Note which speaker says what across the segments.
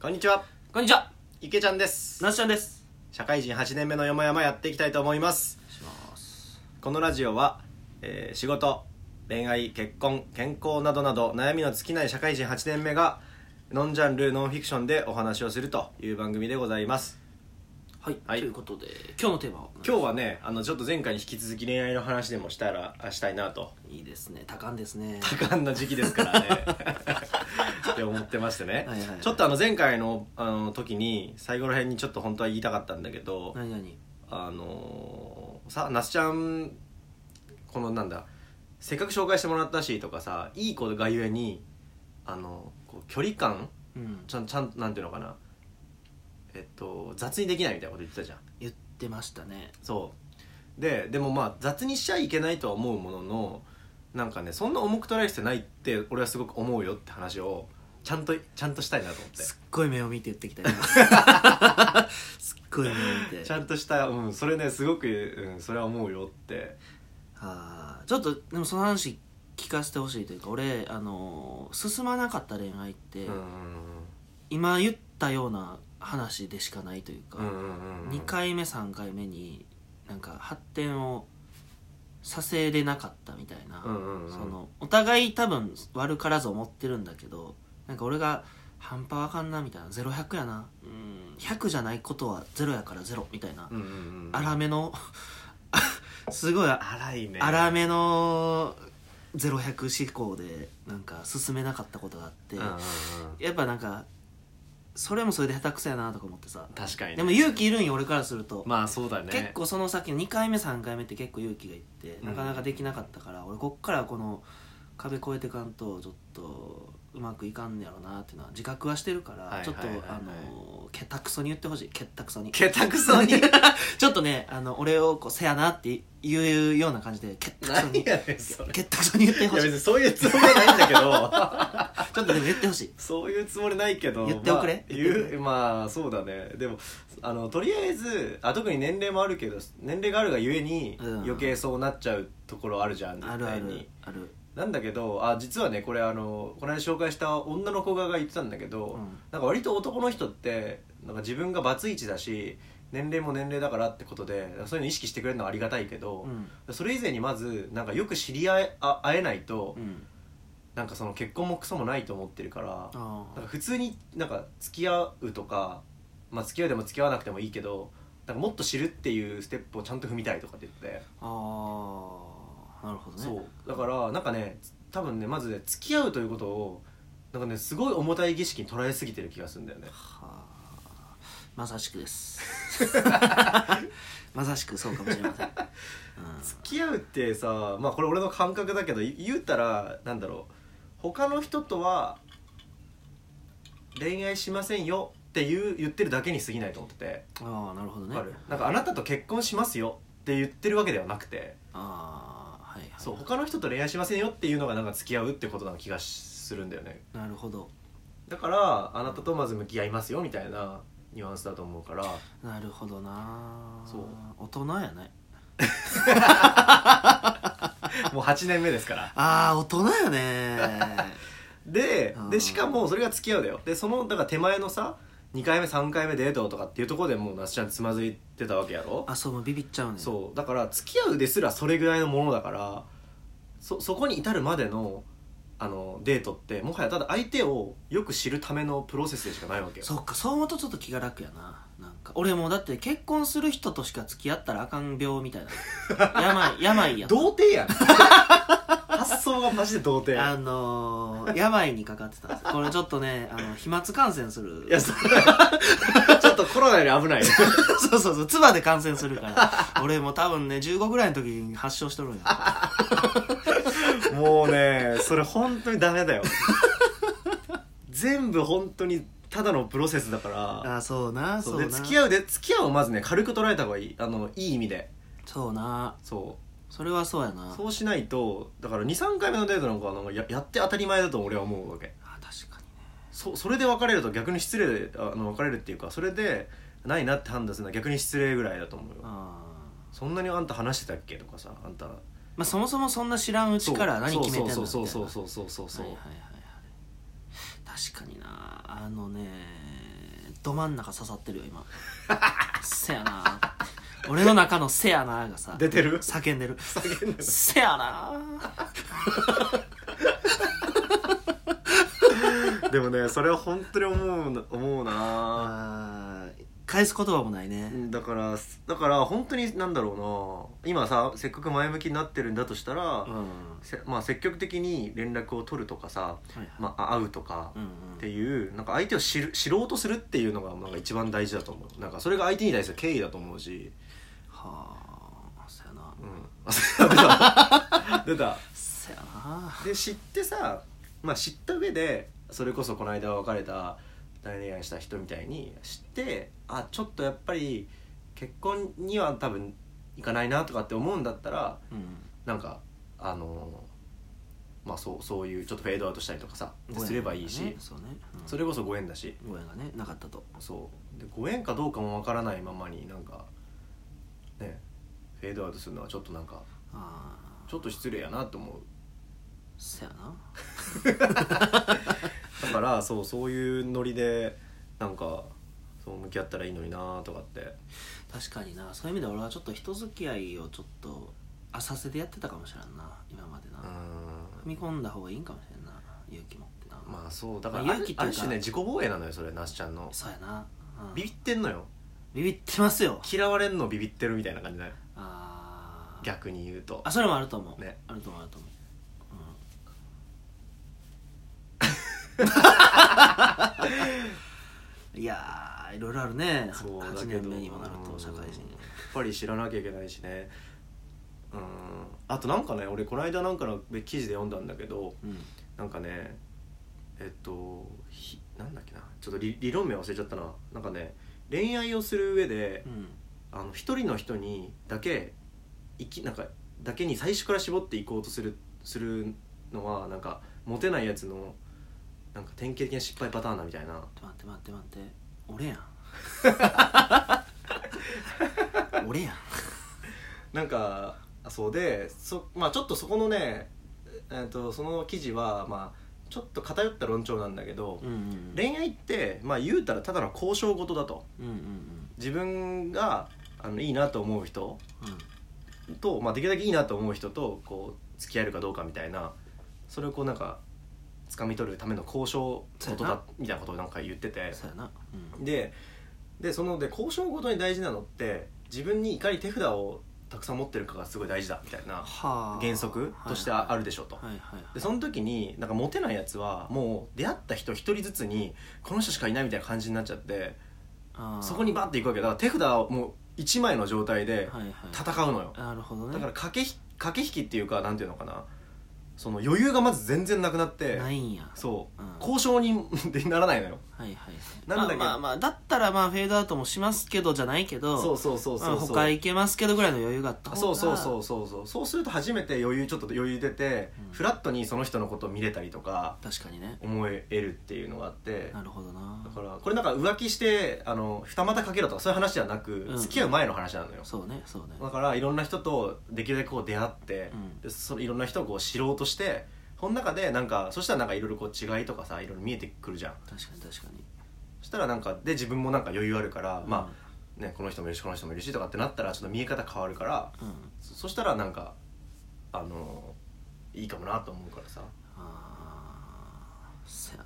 Speaker 1: こんにちは
Speaker 2: こんにちは
Speaker 1: 池ちゃんです
Speaker 2: なつちゃんです
Speaker 1: 社会人8年目のよもやまやっていきたいと思います
Speaker 2: します
Speaker 1: このラジオは、えー仕事恋愛結婚健康などなど悩みの尽きない社会人8年目がノンジャンルノンフィクションでお話をするという番組でございます
Speaker 2: はい、
Speaker 1: はい
Speaker 2: ということで今日のテーマは
Speaker 1: 今日はねあのちょっと前回に引き続き恋愛の話でもしたらあしたいなと
Speaker 2: いいですね多感ですね
Speaker 1: 多感な時期ですから ねって思ってましてね、
Speaker 2: はいはいはい
Speaker 1: ちょっとあの前回のあの時に最後ら辺にちょっと本当は言いたかったんだけど、
Speaker 2: 何何
Speaker 1: あのーさなすちゃんこのなんだせっかく紹介してもらったしとかさいい子がゆえにあのこう距離感
Speaker 2: うん
Speaker 1: ちゃんちゃんなんていうのかなえっと雑にできないみたいなこと言ってたじゃん
Speaker 2: 言ってましたね
Speaker 1: そうででもまあ雑にしちゃいけないとは思うもののなんかねそんな重く捉える必要ないって俺はすごく思うよって話をちゃんとちゃんとしたいなと思って
Speaker 2: すっごい目を見て言ってきたよ すっごい目を見て
Speaker 1: ちゃんとしたうんそれねすごく、うん、それは思うよって
Speaker 2: あーちょっとでもその話聞かせてほしいというか俺あのー進まなかった恋愛って、
Speaker 1: うん
Speaker 2: 今言ったような話でしかないというか、
Speaker 1: うんうんうんうん
Speaker 2: 2回目3回目になんか発展をさせれなかったみたいな、
Speaker 1: うんうんうん
Speaker 2: そのお互い多分悪からず思ってるんだけどなんか俺が半端わかんなみたいな0100やなうん100じゃないことは0やから0みたいな、
Speaker 1: うんうんうん
Speaker 2: 粗めの すごい
Speaker 1: 荒いね
Speaker 2: 粗めの0100思考でなんか進めなかったことがあって、
Speaker 1: うんうんうん
Speaker 2: やっぱなんかそれもそれで下手くそやなとか思ってさ
Speaker 1: 確かにね
Speaker 2: でも勇気いるんよ俺からすると、
Speaker 1: まあそうだね
Speaker 2: 結構その先の2回目3回目って結構勇気がいって
Speaker 1: うん
Speaker 2: なかなかできなかったから、俺こっからこの壁越えてかんとちょっとうまくいかんねやろなっていうのは自覚はしてるから、
Speaker 1: はいはい
Speaker 2: ちょっと
Speaker 1: はいはい
Speaker 2: あのけったくそに言ってほしいけったくそに
Speaker 1: けたくそに
Speaker 2: ちょっとねあの俺をこうせやなっていうような感じでけったくそ
Speaker 1: 何
Speaker 2: に
Speaker 1: やねんそれ
Speaker 2: けったくそ に言って
Speaker 1: い
Speaker 2: ほ
Speaker 1: や
Speaker 2: しい
Speaker 1: 別にそういうつもりはないんだけど
Speaker 2: ちょっとでも言ってほしい
Speaker 1: そういうつもりないけど
Speaker 2: 言っておくれ
Speaker 1: まあ、言うまあそうだねでもあのとりあえずあ特に年齢もあるけど年齢があるがゆえに、
Speaker 2: うん
Speaker 1: 余計そうなっちゃうところあるじゃん
Speaker 2: ある
Speaker 1: 絶
Speaker 2: あ
Speaker 1: 対
Speaker 2: る
Speaker 1: に
Speaker 2: ある
Speaker 1: なんだけどあ実はねこれあのこの間紹介した女の子側が言ってたんだけど、
Speaker 2: うん
Speaker 1: なんか割と男の人ってなんか自分がバツイチだし年齢も年齢だからってことでそういうの意識してくれるのはありがたいけど、
Speaker 2: うん
Speaker 1: それ以前にまずなんかよく知り合えあ会えないと、
Speaker 2: うん
Speaker 1: なんかその結婚もクソもないと思ってるから
Speaker 2: あ
Speaker 1: なんか普通になんか付き合うとか、まあ、付き合うでも付き合わなくてもいいけどなんかもっと知るっていうステップをちゃんと踏みたいとかって言って、
Speaker 2: あーなるほどね
Speaker 1: そうだからなんかね多分ねまずね付き合うということをなんかねすごい重たい儀式に捉えすぎてる気がするんだよね
Speaker 2: はあまさしくです まさしくそうかもしれません、うん、
Speaker 1: 付き合うってさまあこれ俺の感覚だけどい言うたらなんだろう他の人とは恋愛しませんよっていう言ってるだけに過ぎないと思ってて
Speaker 2: ああなるほどね
Speaker 1: わかるなんかあなたと結婚しますよって言ってるわけではなくて
Speaker 2: ああはいはい
Speaker 1: そう他の人と恋愛しませんよっていうのがなんか付き合うってことな気がしするんだよね
Speaker 2: なるほど
Speaker 1: だからあなたとまず向き合いますよみたいなニュアンスだと思うから
Speaker 2: なるほどな
Speaker 1: そう
Speaker 2: 大人やね
Speaker 1: もう8年目ですから
Speaker 2: ああ大人や ね
Speaker 1: で
Speaker 2: あー
Speaker 1: でしかもそれが付き合うだよでそのだから手前のさ2回目3回目デートとかっていうところでもうなすちゃんつまずいてたわけやろ
Speaker 2: あそうもうビビっちゃうね
Speaker 1: そうだから付き合うですらそれぐらいのものだからそそこに至るまでのあのデートってもはやただ相手をよく知るためのプロセスでしかないわけよ
Speaker 2: そっかそう思うとちょっと気が楽やななんか俺もうだって結婚する人としか付き合ったらあかん病みたい な病病やな
Speaker 1: 童貞や ん発想がマジで童貞
Speaker 2: あのー、病にかかってたんですこれちょっとねあの飛沫感染する
Speaker 1: いやそれ ちょっとコロナより危ないよ
Speaker 2: そうそうそう、唾で感染するから。俺も多分ね、15ぐらいの時に発症しとるんや。
Speaker 1: もうねそれ本当にダメ だよ全部本当にただのプロセスだから
Speaker 2: あ、そうな、
Speaker 1: そ
Speaker 2: そううな。
Speaker 1: で付き合うで付き合うをまずね軽く捉えた方がいいあのいい意味で
Speaker 2: そうな。
Speaker 1: そう
Speaker 2: それはそうやな。
Speaker 1: そうしないとだから23回目のデートなんかはなんかややって当たり前だと俺は思うわけ
Speaker 2: あ、確かにね。
Speaker 1: そそれで別れると逆に失礼あの別れるっていうかそれでないなって判断するのは逆に失礼ぐらいだと思うよ
Speaker 2: あー
Speaker 1: そんなにあんた話してたっけとかさあんた
Speaker 2: まあ、そもそもそんな知らんうちから何決めてんの
Speaker 1: そうそう
Speaker 2: みたい
Speaker 1: そ
Speaker 2: な
Speaker 1: うそうそうそうそうそう
Speaker 2: はいはいはいはい確かになあのねど真ん中刺さってるよ 今せやな俺の中の「せやな」がさ
Speaker 1: 出てる
Speaker 2: 叫んでる
Speaker 1: 叫んでる
Speaker 2: せやな
Speaker 1: でもねそれは本当に思うな思うな
Speaker 2: あー返す言葉もないね
Speaker 1: だからだから本当になんだろうな今させっかく前向きになってるんだとしたら、
Speaker 2: うん、
Speaker 1: せまあ、積極的に連絡を取るとかさ、
Speaker 2: はいはい
Speaker 1: まあ、会うとか
Speaker 2: うんうん
Speaker 1: っていうなんか相手を知る知ろうとするっていうのがなんか一番大事だと思うなんかそれが相手に対する敬意だと思うし、
Speaker 2: はあせやな
Speaker 1: うん、出た出た
Speaker 2: せやな
Speaker 1: で知ってさ、まあ、知った上でそれこそこの間別れた恋愛した人みたいに知ってあちょっとやっぱり結婚には多分いかないなとかって思うんだったら
Speaker 2: うん
Speaker 1: なんかあのまあそうそういうちょっとフェードアウトしたりとかさ
Speaker 2: ご縁がね
Speaker 1: すればいいし、
Speaker 2: そうね、うん
Speaker 1: それこそご縁だし
Speaker 2: ご縁がねなかったと
Speaker 1: そうでご縁かどうかもわからないままになんかねフェードアウトするのはちょっとなんか
Speaker 2: ああ
Speaker 1: ちょっと失礼やなと思う
Speaker 2: せやな
Speaker 1: だからそうそういうノリでなんかそう向き合ったらいいのになとかって
Speaker 2: 確かになそういう意味で俺はちょっと人付き合いをちょっと浅瀬でやってたかもしれんな今までな、
Speaker 1: うーん
Speaker 2: 踏み込んだ方がいいんかもしれんな勇気持ってな、
Speaker 1: まあそうだから
Speaker 2: まあ
Speaker 1: ある
Speaker 2: 勇気ってい
Speaker 1: ある
Speaker 2: うか
Speaker 1: 種ね自己防衛なのよそれなしちゃんの
Speaker 2: そうやな、うん
Speaker 1: ビビってんのよ
Speaker 2: ビビってますよ
Speaker 1: 嫌われんのビビってるみたいな感じだよ
Speaker 2: あー
Speaker 1: 逆に言うと
Speaker 2: あそれもあると思う、
Speaker 1: ね
Speaker 2: あると思うあると思ううん いやーいろいろあるねは
Speaker 1: そうだ
Speaker 2: 8
Speaker 1: け
Speaker 2: 年
Speaker 1: ど
Speaker 2: 目にもなると社会
Speaker 1: うん
Speaker 2: 人
Speaker 1: やっぱり知らなきゃいけないしねうんあとなんかね俺この間なんかの記事で読んだんだけど
Speaker 2: うん
Speaker 1: なんかねえっとひなんだっけなちょっと理理論名忘れちゃったななんかね恋愛をする上で
Speaker 2: うん
Speaker 1: あの一人の人にだけ生きなんかだけに最初から絞っていこうとするするのはなんかモテないやつのなんか典型的な失敗パターンだみたいな
Speaker 2: 待って待って待って俺や ん俺やん
Speaker 1: なんかあそうでそ、まあ、ちょっとそこのね、えー、とその記事は、まあ、ちょっと偏った論調なんだけど、
Speaker 2: うんうん
Speaker 1: 恋愛って、まあ、言うたらただの交渉事だと
Speaker 2: うんうんうん
Speaker 1: 自分があのいいなと思う人
Speaker 2: うん
Speaker 1: と、まあ、できるだけいいなと思う人とこう付き合えるかどうかみたいなそれをこうなんか掴み取るための交渉事
Speaker 2: そうやな
Speaker 1: だみたいなことをなんか言ってて
Speaker 2: そうやなうん
Speaker 1: ででそので交渉事に大事なのって自分にいかに手札をたくさん持ってるかがすごい大事だみたいな
Speaker 2: はあ
Speaker 1: 原則としてああるでしょうと
Speaker 2: はいはいはい
Speaker 1: でその時になんかモテないやつはもう出会った人一人ずつにこの人しかいないみたいな感じになっちゃって
Speaker 2: あー
Speaker 1: そこにバッていくわけだから手札をもう1枚の状態で
Speaker 2: はいはい
Speaker 1: 戦うのよ
Speaker 2: なるほどね
Speaker 1: だから駆けひ駆け引きっていうかなんていうのかなその余裕がまず全然なくなって
Speaker 2: ないんや
Speaker 1: そう、
Speaker 2: うん
Speaker 1: 交渉にでならないのよ
Speaker 2: はいはい
Speaker 1: なんだけど
Speaker 2: まあまあまあだったらまあフェードアウトもしますけどじゃないけど
Speaker 1: そうそうそうそう
Speaker 2: まあ
Speaker 1: そう
Speaker 2: 他行けますけどぐらいの余裕があった方が
Speaker 1: そうそうそうそうそうそうすると初めて余裕ちょっと余裕出て、
Speaker 2: うん
Speaker 1: フラットにその人のことを見れたりとか
Speaker 2: 確かにね
Speaker 1: 思えるっていうのがあって
Speaker 2: なるほどな
Speaker 1: だからこれなんか浮気してあの二股かけろとかそういう話じゃなく、
Speaker 2: うん
Speaker 1: 付き合う前の話なのよ
Speaker 2: そうねそうね
Speaker 1: だからいろんな人とできるだけこう出会って、
Speaker 2: うん
Speaker 1: でそのいろんな人をこう知ろうとしてこの中でなんかそしたらなんかいろいろこう違いとかさいろいろ見えてくるじゃん
Speaker 2: 確かに確かに
Speaker 1: そしたらなんかで自分もなんか余裕あるから、ま
Speaker 2: あ
Speaker 1: あねこの人もいるしこの人もいるしとかってなったらちょっと見え方変わるから
Speaker 2: うん
Speaker 1: そそしたらなんかあのいいかもなと思うからさ
Speaker 2: あーせや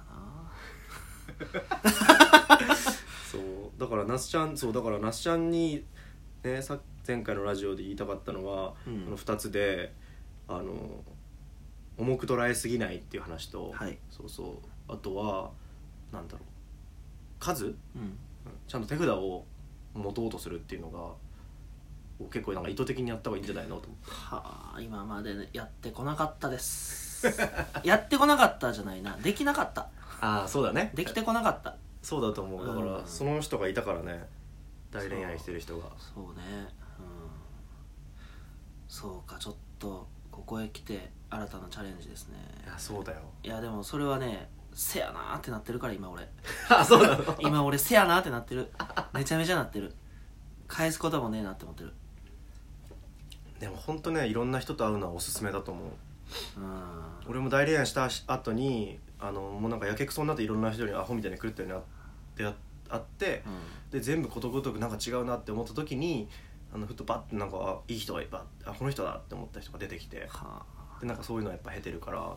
Speaker 2: な
Speaker 1: そうだから那須ちゃんそうだから那須ちゃんにねさ前回のラジオで言いたかったのは、
Speaker 2: うん
Speaker 1: この2つであの重く捉えすぎないっていう話と、
Speaker 2: はい
Speaker 1: そうそうあとはなんだろう数、うん
Speaker 2: うん
Speaker 1: ちゃんと手札を持とうとするっていうのが結構なんか意図的にやった方がいいんじゃないのと思
Speaker 2: はあ今までねやってこなかったですやってこなかったじゃないなできなかった
Speaker 1: ああそうだね
Speaker 2: できてこなかった
Speaker 1: そうだと思うだから、
Speaker 2: うん
Speaker 1: その人がいたからね大恋愛してる人が
Speaker 2: そうねうんそうかちょっとここへ来て新たなチャレンジですね
Speaker 1: いやそうだよ
Speaker 2: いやでもそれはねせやなーってなってるから今俺
Speaker 1: あそうなの
Speaker 2: 今俺せやなーってなってるめちゃめちゃなってる返すこともねえなって思ってる
Speaker 1: でも本当ねいろんな人と会うのはおすすめだと思う
Speaker 2: うん
Speaker 1: 俺も大恋愛した後にあのもうなんかやけくそになっていろんな人にアホみたいに狂ったようにな出会あって
Speaker 2: う
Speaker 1: で
Speaker 2: ん
Speaker 1: 全部ことごとくなんか違うなって思った時にあのふとパッてなんかあいい人がいっぱいあこの人だって思った人が出てきて
Speaker 2: は
Speaker 1: でなんかそういうのはやっぱ経てるから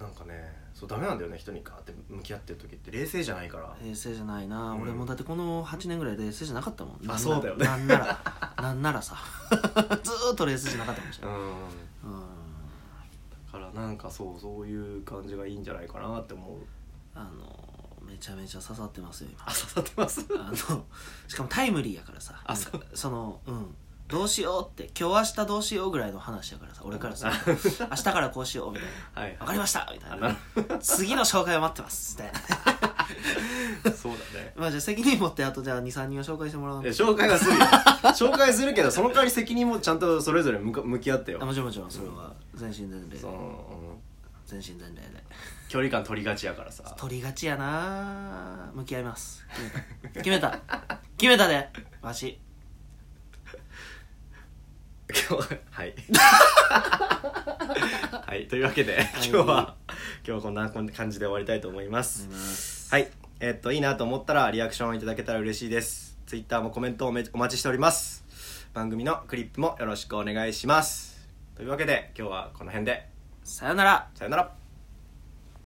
Speaker 1: なんかねそうダメなんだよね人にかって向き合ってる時って冷静じゃないから
Speaker 2: あ冷静じゃないな、
Speaker 1: うん
Speaker 2: 俺もだってこの8年ぐらい冷静じゃなかったもんなんな
Speaker 1: そうだよね
Speaker 2: なんならなんならさ ずーっと冷静じゃなかったかもしれ
Speaker 1: う
Speaker 2: ない、
Speaker 1: ん
Speaker 2: うん、
Speaker 1: だからなんかそうそういう感じがいいんじゃないかなって思う
Speaker 2: あのめちゃめちゃ刺さってますよ今
Speaker 1: あ刺さってます
Speaker 2: あのしかもタイムリーやからさ
Speaker 1: あ
Speaker 2: なんか
Speaker 1: そう
Speaker 2: そのうんどうしようって今日明日どうしようぐらいの話やからさ俺からさ明日からこうしようみたい
Speaker 1: はいはい
Speaker 2: なわかりましたみた
Speaker 1: あ
Speaker 2: い
Speaker 1: な
Speaker 2: な
Speaker 1: る
Speaker 2: 次の紹介を待ってますみたいな
Speaker 1: そうだね
Speaker 2: まあじゃあ責任持ってあとじゃあ23人を紹介してもらう
Speaker 1: え紹介は するよ紹介するけどその代わり責任もちゃんとそれぞれ向か向き合ってよ
Speaker 2: あもちろんもちろんそれは全身全霊
Speaker 1: その
Speaker 2: 全身全霊で
Speaker 1: 距離感取りがちやからさ
Speaker 2: 取りがちやな向き合います決めた決めた決めたでわし
Speaker 1: 今日ははいはいというわけで今日は、今日はこんなこんな感じで終わりたいと思います、はいえっといいなと思ったらリアクションをいただけたら嬉しいですツイッターもコメントをおめお待ちしております番組のクリップもよろしくお願いしますというわけで今日はこの辺で
Speaker 2: さよなら
Speaker 1: さよなら